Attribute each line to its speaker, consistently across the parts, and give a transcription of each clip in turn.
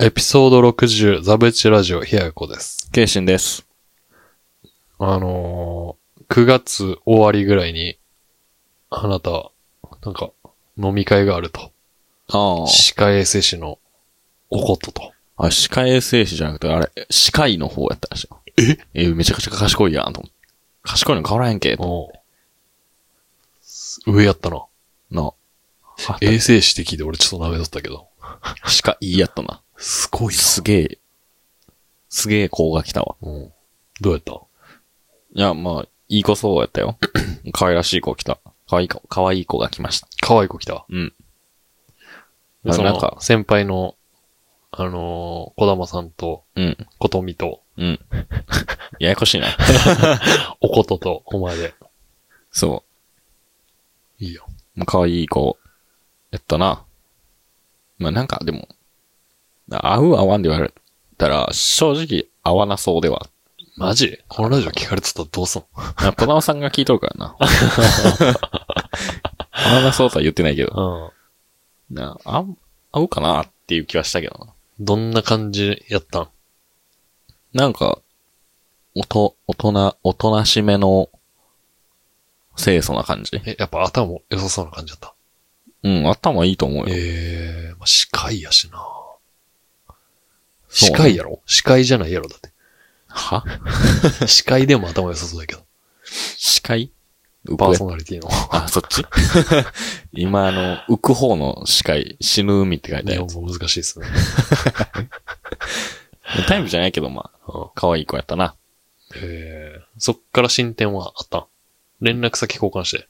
Speaker 1: エピソード60、ザブチラジオ、ひややこです。
Speaker 2: ケイシンです。
Speaker 1: あのー、9月終わりぐらいに、あなた、なんか、飲み会があると。
Speaker 2: あ
Speaker 1: 歯科衛生士のおことと。
Speaker 2: あ。あ、歯科衛生士じゃなくて、あれ、歯科医の方やったらしいよ。ええ、めちゃくちゃ賢いやん、と思って。賢いの変わらへんけ、と
Speaker 1: おう上やったな。
Speaker 2: なあ。
Speaker 1: 衛生士って聞いて俺ちょっと舐めとったけど。
Speaker 2: 歯科医やったな。
Speaker 1: すごい
Speaker 2: すげえ、すげえ子が来たわ。
Speaker 1: な。うん。どうやった
Speaker 2: いや、まあ、いい子そうやった よ。可愛らしい子来た。可愛い子、可愛い子が来ました。
Speaker 1: 可愛い子来た。
Speaker 2: うん。
Speaker 1: でその
Speaker 2: あなんか
Speaker 1: 先輩の、あのー、小玉さんと、
Speaker 2: うん。
Speaker 1: ことみと、
Speaker 2: うん。ややこしいな。
Speaker 1: おことと、お前で。
Speaker 2: そ
Speaker 1: いいよ。
Speaker 2: う。まあ、可愛い子、やったな。まあ、なんか、でも、合う合わんで言われたら、正直合わなそうでは。
Speaker 1: マジこのラジオ聞かれてたらどうすんの
Speaker 2: まあ、小玉さんが聞いとるからな。 合わなそうとは言ってないけど。
Speaker 1: うん。
Speaker 2: なあ、合うかなっていう気はしたけどな。
Speaker 1: どんな感じやったん
Speaker 2: なんか、おと、大人、おとなしめの、清楚な感じ。
Speaker 1: え、やっぱ頭も良さそうな感じだった。
Speaker 2: うん、頭いいと思うよ。
Speaker 1: ええー、まあ、司会やしな。
Speaker 2: そう
Speaker 1: 司会やろ司会じゃないやろだ って。
Speaker 2: は
Speaker 1: 司会でも頭良さそうだけど。
Speaker 2: 司会浮
Speaker 1: パ
Speaker 2: く
Speaker 1: ー
Speaker 2: や
Speaker 1: ソナリティの。
Speaker 2: あ、そっ ち今、あの、浮く方の司会、死ぬ海って書いてあ
Speaker 1: 日本
Speaker 2: るやつ。
Speaker 1: 語難しいですね。
Speaker 2: タイプじゃないけど、まあ、
Speaker 1: うん
Speaker 2: 可愛い子やったな。
Speaker 1: ええー、そっから進展はあったん連絡先交換して。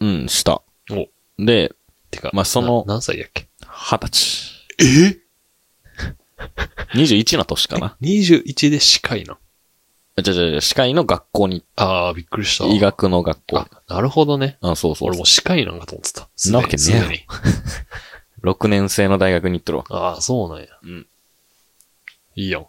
Speaker 2: うん、した。
Speaker 1: お
Speaker 2: で、
Speaker 1: てか、
Speaker 2: まあその
Speaker 1: な何歳やっけ
Speaker 2: 二十歳。
Speaker 1: え。
Speaker 2: 21の年かな
Speaker 1: ?21 で歯科医な。
Speaker 2: じゃじゃじゃ、歯科医の学校に、
Speaker 1: ああ、びっくりした。
Speaker 2: 医学の学校
Speaker 1: あ。、なるほどね。
Speaker 2: あ、そうそう
Speaker 1: 俺
Speaker 2: そ
Speaker 1: もう歯科医なんかと思ってた。
Speaker 2: なわけねえやろ
Speaker 1: すでに
Speaker 2: う。6年生の大学に行っとるわ。
Speaker 1: ああ、そうなんや。
Speaker 2: うん。
Speaker 1: いいやん。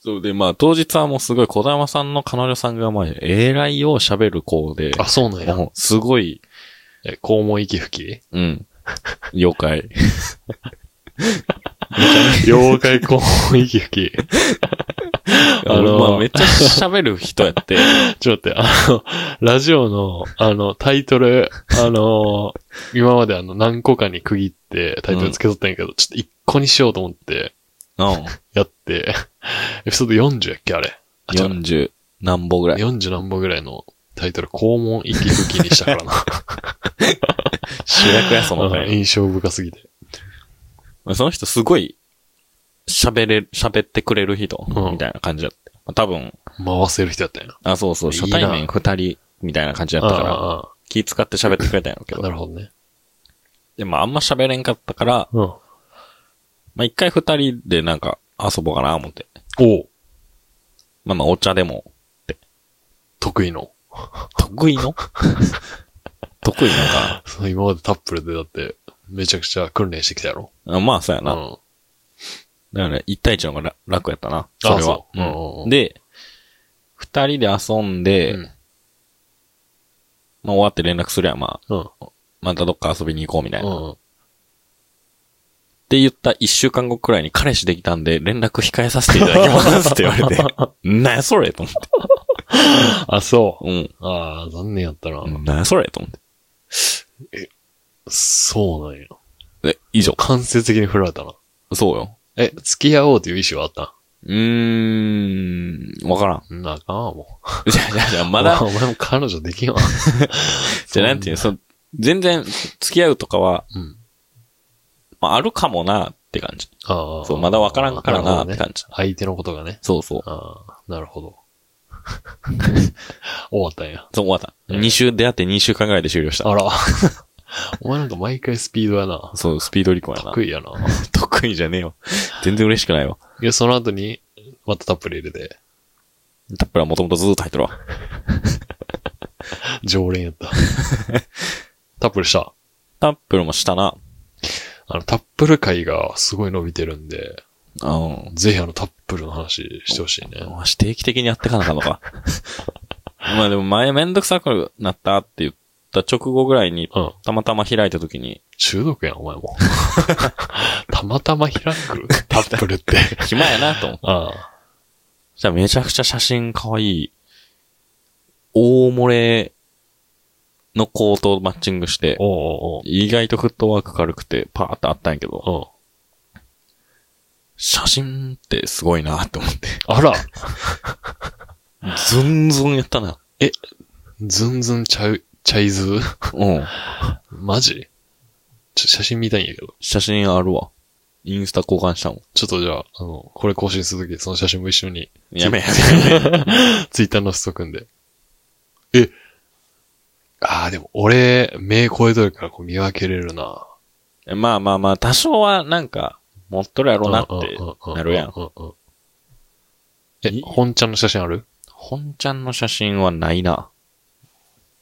Speaker 2: そうで、まあ、当日はもうすごい、小玉さんの彼女さんが、まあ、えらいよう喋る子で、
Speaker 1: あ、そうなんや。
Speaker 2: もうすごい、
Speaker 1: え、肛門息吹
Speaker 2: うん、妖怪。
Speaker 1: き妖怪肛門息吹き。 あの
Speaker 2: まあ、めっちゃ喋る人や って、
Speaker 1: ちょっと待って、あの、ラジオの、あの、タイトル、あの、今まであの、何個かに区切ってタイトルつけとったんやけど、ちょっと一個にしようと思って、
Speaker 2: うん、
Speaker 1: やって、エピソード40やっけあれ。あ、違う。
Speaker 2: 40何本ぐらい。
Speaker 1: 40何本ぐらいのタイトル、肛門息吹きにしたからな。
Speaker 2: 主役 や、その
Speaker 1: うん
Speaker 2: 回。
Speaker 1: 印象深すぎて。
Speaker 2: まあその人すごい、喋れ、喋ってくれる人、
Speaker 1: うん
Speaker 2: みたいな感じだった。まあ多分、
Speaker 1: 回せる人やったんやな。
Speaker 2: あ、そうそう、
Speaker 1: いいな
Speaker 2: 初対面二人、みたいな感じだったから、
Speaker 1: ああ
Speaker 2: 気使って喋ってくれたんやろうけ
Speaker 1: ああ、な
Speaker 2: ど。
Speaker 1: るほどね。
Speaker 2: でも、あんま喋れんかったから、
Speaker 1: うん。
Speaker 2: まあ、一回二人でなんか遊ぼうかな、思って。
Speaker 1: おう
Speaker 2: まあまあ、お茶でも、
Speaker 1: 得意の。
Speaker 2: 得意の 得意なんか
Speaker 1: その今までタップルでだって、めちゃくちゃ訓練してきたやろ。
Speaker 2: なあまあ、そうや
Speaker 1: うん。
Speaker 2: な。
Speaker 1: あ
Speaker 2: だから、一対一の方が楽楽やったな。それは
Speaker 1: う。うんうん
Speaker 2: う
Speaker 1: うんん。
Speaker 2: で、二人で遊んで、
Speaker 1: うん
Speaker 2: まあ、終わって連絡すりゃ、まあ、
Speaker 1: うん。
Speaker 2: またどっか遊びに行こうみたいな。っ
Speaker 1: うん。
Speaker 2: て言った一週間後くらいに彼氏できたんで、連絡控えさせていただきますって言 われて、なんやそれと思って。
Speaker 1: あ、そう。
Speaker 2: うん。
Speaker 1: ああ、残念やったな。
Speaker 2: なんやそれと思って。
Speaker 1: そうなんや。
Speaker 2: で、以上。
Speaker 1: 間接的に振られたな。
Speaker 2: そうよ。
Speaker 1: え、付き合おうという意思はあった
Speaker 2: うーん、わからん。
Speaker 1: んなあかんわも
Speaker 2: じゃあ、じゃあじゃあ、
Speaker 1: う。
Speaker 2: まだ
Speaker 1: お、前お前も彼女できんわ。
Speaker 2: じゃあなんていうの、その全然、付き合うとかは、
Speaker 1: うん。
Speaker 2: まあ、あるかもなって感じ。
Speaker 1: ああ。
Speaker 2: そう、まだわからんからなって
Speaker 1: るほどね
Speaker 2: 感じ。
Speaker 1: 相手のことがね。
Speaker 2: そうそう。
Speaker 1: ああ、なるほ ど。終わったんや。
Speaker 2: そう、終わった。
Speaker 1: うん
Speaker 2: 2週、出会って2週間ぐらいで終了した。
Speaker 1: あら。 お前なんか毎回スピードやな。
Speaker 2: そう、スピード離婚やな。
Speaker 1: 得意やな。
Speaker 2: 得意じゃねえよ。全然嬉しくないわ。
Speaker 1: いや、その後に、またタップ入れて、
Speaker 2: タップラーもともとずっと入ってるわ。
Speaker 1: 常連や った。タップルした。
Speaker 2: タップルもしたな。
Speaker 1: あの、タップル界がすごい伸びてるんで、
Speaker 2: うん。
Speaker 1: ぜひあのタップルの話してほしいね。
Speaker 2: わし定期的にやってかなあかんのか。 まあでも前めんどくさくなったって言った直後ぐらいに、
Speaker 1: うん。
Speaker 2: たまたま開いた時に、
Speaker 1: 中毒やん、お前も。たまたま開くタップルって。
Speaker 2: 暇やなと思って。
Speaker 1: ああ。
Speaker 2: じゃあめちゃくちゃ写真可愛い。大漏れの子とマッチングして、
Speaker 1: おうおう
Speaker 2: 意外とフットワーク軽くて、パーってあったんやけど、
Speaker 1: おううん。
Speaker 2: 写真ってすごいなって思 って。
Speaker 1: あら、
Speaker 2: ずんずんやったな。
Speaker 1: ずんずんちゃう、チャイズ
Speaker 2: うん。
Speaker 1: マジちょ、写真見たいんやけど。
Speaker 2: 写真あるわ。インスタ交換したもん。
Speaker 1: ちょっとじゃあ、あの、これ更新するとき、その写真も一緒に、
Speaker 2: やめや
Speaker 1: ツイッター載せとくんで。え、ああ、でも俺、目超えとるからこう見分けれるな。
Speaker 2: め。 まあまあまあ、多少はなんか、持っとるやろうなって。なるやん
Speaker 1: うううう。え、本ちゃんの写真ある
Speaker 2: 本ちゃんの写真はないな。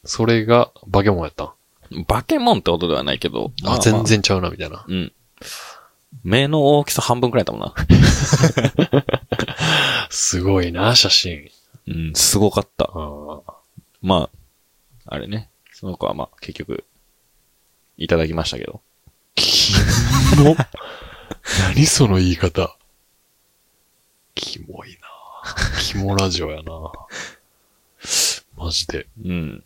Speaker 1: それがバケモンやったん
Speaker 2: バケモンってことではないけど。ま
Speaker 1: あ、
Speaker 2: ま
Speaker 1: 全。然ちゃうな、みたいな。
Speaker 2: うん。目の大きさ半分くらいだもんな。
Speaker 1: すごいな、写真。
Speaker 2: うん、すごかった。
Speaker 1: ああ
Speaker 2: まあ、あれね。その子はまあ、結局、いただきましたけど。
Speaker 1: キモ。 何その言い方。キモいな。キモラジオやな。マジで。
Speaker 2: うん。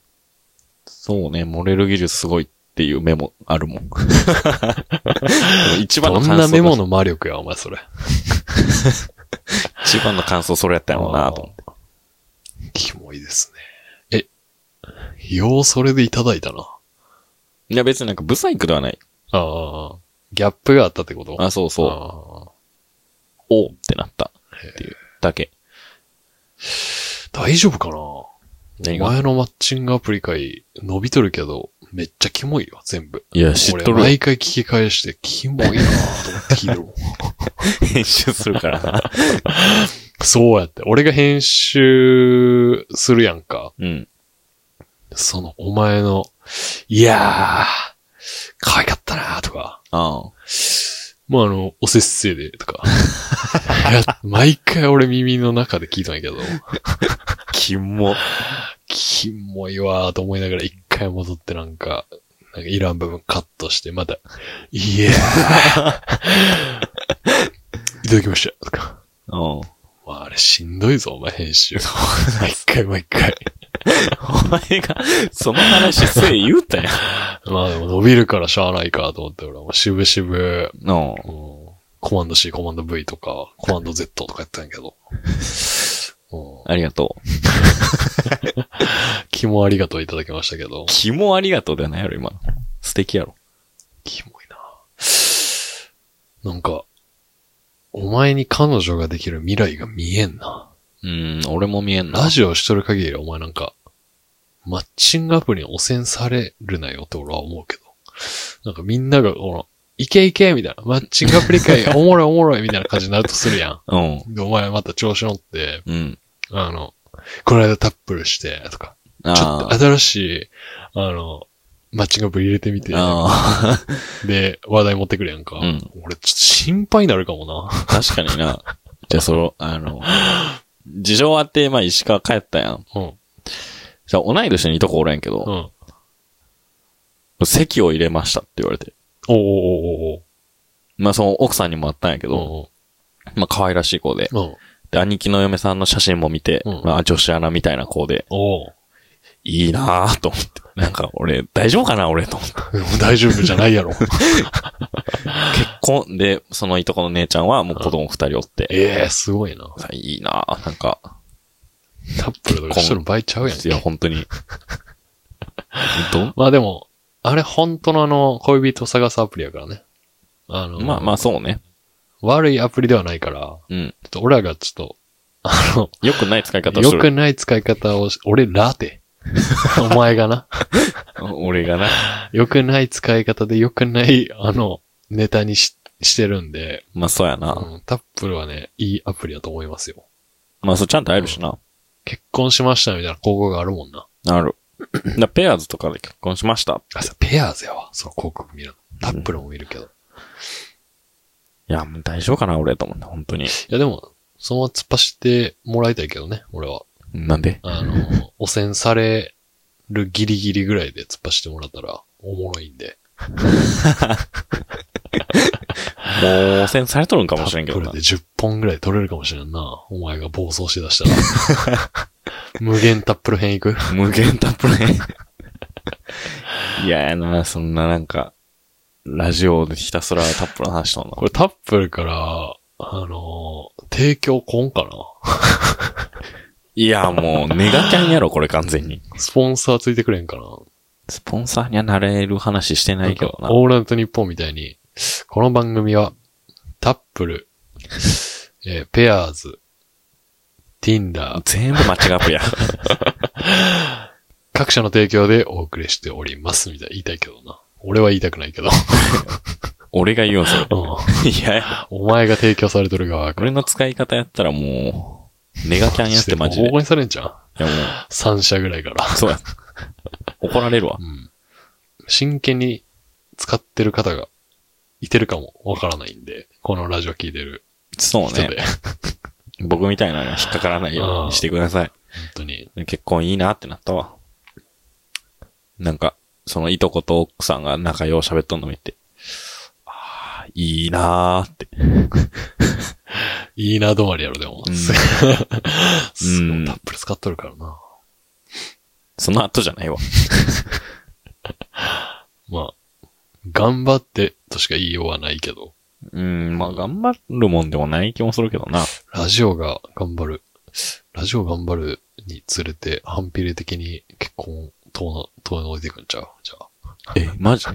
Speaker 2: そうね、漏れる技術すごいっていうメモある もん。でも一番
Speaker 1: ど
Speaker 2: の
Speaker 1: ん
Speaker 2: 感想
Speaker 1: なメモの魔力や、お前それ。
Speaker 2: 一番の感想それやったんやろうなと思って。
Speaker 1: キモいですね。え、ようそれでいただいたな。
Speaker 2: いや別になんかブサイクではない。
Speaker 1: ああ。ギャップがあったってこと
Speaker 2: あ、そうそう。
Speaker 1: そ
Speaker 2: おうってなった。っていうだけ。
Speaker 1: う。大丈夫かな
Speaker 2: 何が
Speaker 1: お前のマッチングアプリ会伸びとるけど、めっちゃキモいよ、全部。
Speaker 2: いや、知っと
Speaker 1: 俺
Speaker 2: る。
Speaker 1: 毎回聞き返して、キモいなぁと思って聞いてるも ん
Speaker 2: 編集するからな。
Speaker 1: そうやって。俺が編集するやんか。
Speaker 2: うん。
Speaker 1: その、お前の、いやー、可愛かったなぁとか。
Speaker 2: ああ。
Speaker 1: もうあの、おせっせいで、とか。 いや毎回俺耳の中で聞いたんやけど、
Speaker 2: キモ。
Speaker 1: キモいわーと思いながら一回戻ってなんか、なんかいらん部分カットして、また、いやー、い ただきました、とか。
Speaker 2: うん。
Speaker 1: まあ、あれしんどいぞ、お前編集。毎回毎回。
Speaker 2: お前が、その話せい言うたやん。
Speaker 1: まあでも伸びるからしゃあないかと思って、俺はもうしぶしぶ、
Speaker 2: う
Speaker 1: う
Speaker 2: ん。
Speaker 1: んコマンド C、コマンド V とか、コマンド Z とかやったんやけど。うん
Speaker 2: ありがとう。
Speaker 1: キモありがとういただきましたけど。
Speaker 2: キモありがとうではないやろ、今の。素敵やろ。
Speaker 1: キモいな。なんか、お前に彼女ができる未来が見えんな。
Speaker 2: うん、俺も見えんな。
Speaker 1: ラジオしとる限りお前なんか、マッチングアプリに汚染されるなよって俺は思うけど。なんかみんなが、この、いけいけみたいな。マッチングアプリ 会、おもろいおもろいみたいな感じになるとするやん。
Speaker 2: うん。
Speaker 1: で、お前また調子乗って、
Speaker 2: うん。
Speaker 1: あの、この間タップルして、とか、ちょっ
Speaker 2: あ
Speaker 1: と新しい、あの、マッチングアプリ入れてみて、
Speaker 2: ああ
Speaker 1: で、話題持ってくるやんか。
Speaker 2: うん
Speaker 1: 俺、ちょっと心配になるかもな。
Speaker 2: あ、確かにな。じゃあ、その、あの、事情あって、まあ、石川帰ったやん。
Speaker 1: うん。
Speaker 2: じゃあ、同い年にいとこおらんけ
Speaker 1: う
Speaker 2: ど、
Speaker 1: ん。
Speaker 2: 席を入れましたって言われて。
Speaker 1: おうおうおうおう
Speaker 2: まあ、その奥さんにもあったんやけ
Speaker 1: お
Speaker 2: ど、まあ、可愛らしい子で。
Speaker 1: うおううん。
Speaker 2: で、兄貴の嫁さんの写真も見て、
Speaker 1: うん
Speaker 2: まあ、女子アナみたいな子で、
Speaker 1: おう
Speaker 2: いいなぁと思って。なんか、俺、大丈夫かな俺、と思って。
Speaker 1: でも大丈夫じゃないやろ。
Speaker 2: 結婚で、そのいとこの姉ちゃんは、もう子供二人おって、
Speaker 1: ええすごいな。
Speaker 2: いいなぁなんか、
Speaker 1: タップルとか人の倍ちゃうやん
Speaker 2: い。や、本 当に。ど
Speaker 1: まあでも、あれ本当のあの、恋人探すアプリやからね。あの、
Speaker 2: まあまあ、そうね。
Speaker 1: 悪いアプリではないから、ちょ
Speaker 2: うん。
Speaker 1: っと俺らがちょっ
Speaker 2: 良くない使い
Speaker 1: と、
Speaker 2: 方をす
Speaker 1: 良く
Speaker 2: る。
Speaker 1: ない使い方をし、俺らて。 お前がな。
Speaker 2: 俺がな。
Speaker 1: 良くない使い方で良くない、あの、ネタにししてるんで、
Speaker 2: まあ、そうやな。
Speaker 1: うんタップルはね、いいアプリだと思いますよ。
Speaker 2: まあ、そう、ちゃんと会えるしな。
Speaker 1: 結婚しましたみたいな広告があるもんな。
Speaker 2: ある。だペアーズとかで結婚しました。
Speaker 1: あ、そうペアーズやわ。その広告見るの。タップルも見るけど。
Speaker 2: いや、もう大丈夫かな俺、と思って、本当に。
Speaker 1: いやでも、そのまま突っ走ってもらいたいけどね、俺は。
Speaker 2: なんで
Speaker 1: あの、汚染されるギリギリぐらいで突っ走ってもらったらおもろいんで。
Speaker 2: もう汚染されとるんか
Speaker 1: タ
Speaker 2: もしれんけ
Speaker 1: ッ
Speaker 2: ど
Speaker 1: プ
Speaker 2: な
Speaker 1: ルで。10本ぐらい取れるかもしれんな。お前が暴走しだしたら。 無限タップル編行く
Speaker 2: 無限タップね。 いややな、そんななんか、ラジオでひたすらタップの話しとんの
Speaker 1: こ。れタップルから、あのー提供こんかな。
Speaker 2: いや、もう、ネガキャンやろ、これ完全に。
Speaker 1: スポンサーついてくれんかな。
Speaker 2: スポンサーにはなれる話してないけどな。
Speaker 1: オールナイトニッポンみたいに、この番組は、タップル、えーペアーズ、ティンダー、
Speaker 2: 全部マッチングアプリや。
Speaker 1: 各社の提供でお送りしております、みたいな言いたいけどな。俺は言いたくないけど。
Speaker 2: 俺が言うんすよ。
Speaker 1: うん
Speaker 2: いや、
Speaker 1: お前が提供されてる側
Speaker 2: 俺の使い方やったらもう、ネガキャンやってマジで。い
Speaker 1: 応援されんじゃん。
Speaker 2: や、も
Speaker 1: 3社ぐらいから。
Speaker 2: う、 そうや。怒られるわ
Speaker 1: う。ん。真剣に使ってる方がいてるかもわからないんで、このラジオ聞いてる
Speaker 2: そう
Speaker 1: 人で。
Speaker 2: ね。僕みたいなのには引っかからないようにしてください。
Speaker 1: 本当に。
Speaker 2: 結婚いいなってなったわ。なんか、そのいとこと奥さんが仲良う喋っとんの見て。ああ、いいなーって。
Speaker 1: いいな止まりやろ、でも。
Speaker 2: うん
Speaker 1: すすご
Speaker 2: うん
Speaker 1: いたっぷり使っとるからな。
Speaker 2: その後じゃないわ。
Speaker 1: まあ、頑張ってとしか言いようはないけど、
Speaker 2: うん、まあ頑張るもんでもない気もするけどな。
Speaker 1: ラジオが頑張る、ラジオ頑張るにつれて、反比例的に結婚遠の、遠のいていくんちゃうじゃあ。
Speaker 2: え、マジ で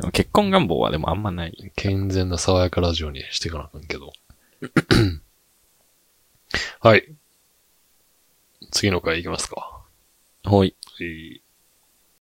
Speaker 2: も結婚願望はでもあんまない。
Speaker 1: 健全な爽やかラジオにしていかなあかんけど。 はい。次の回いきますか。
Speaker 2: ほい。
Speaker 1: はい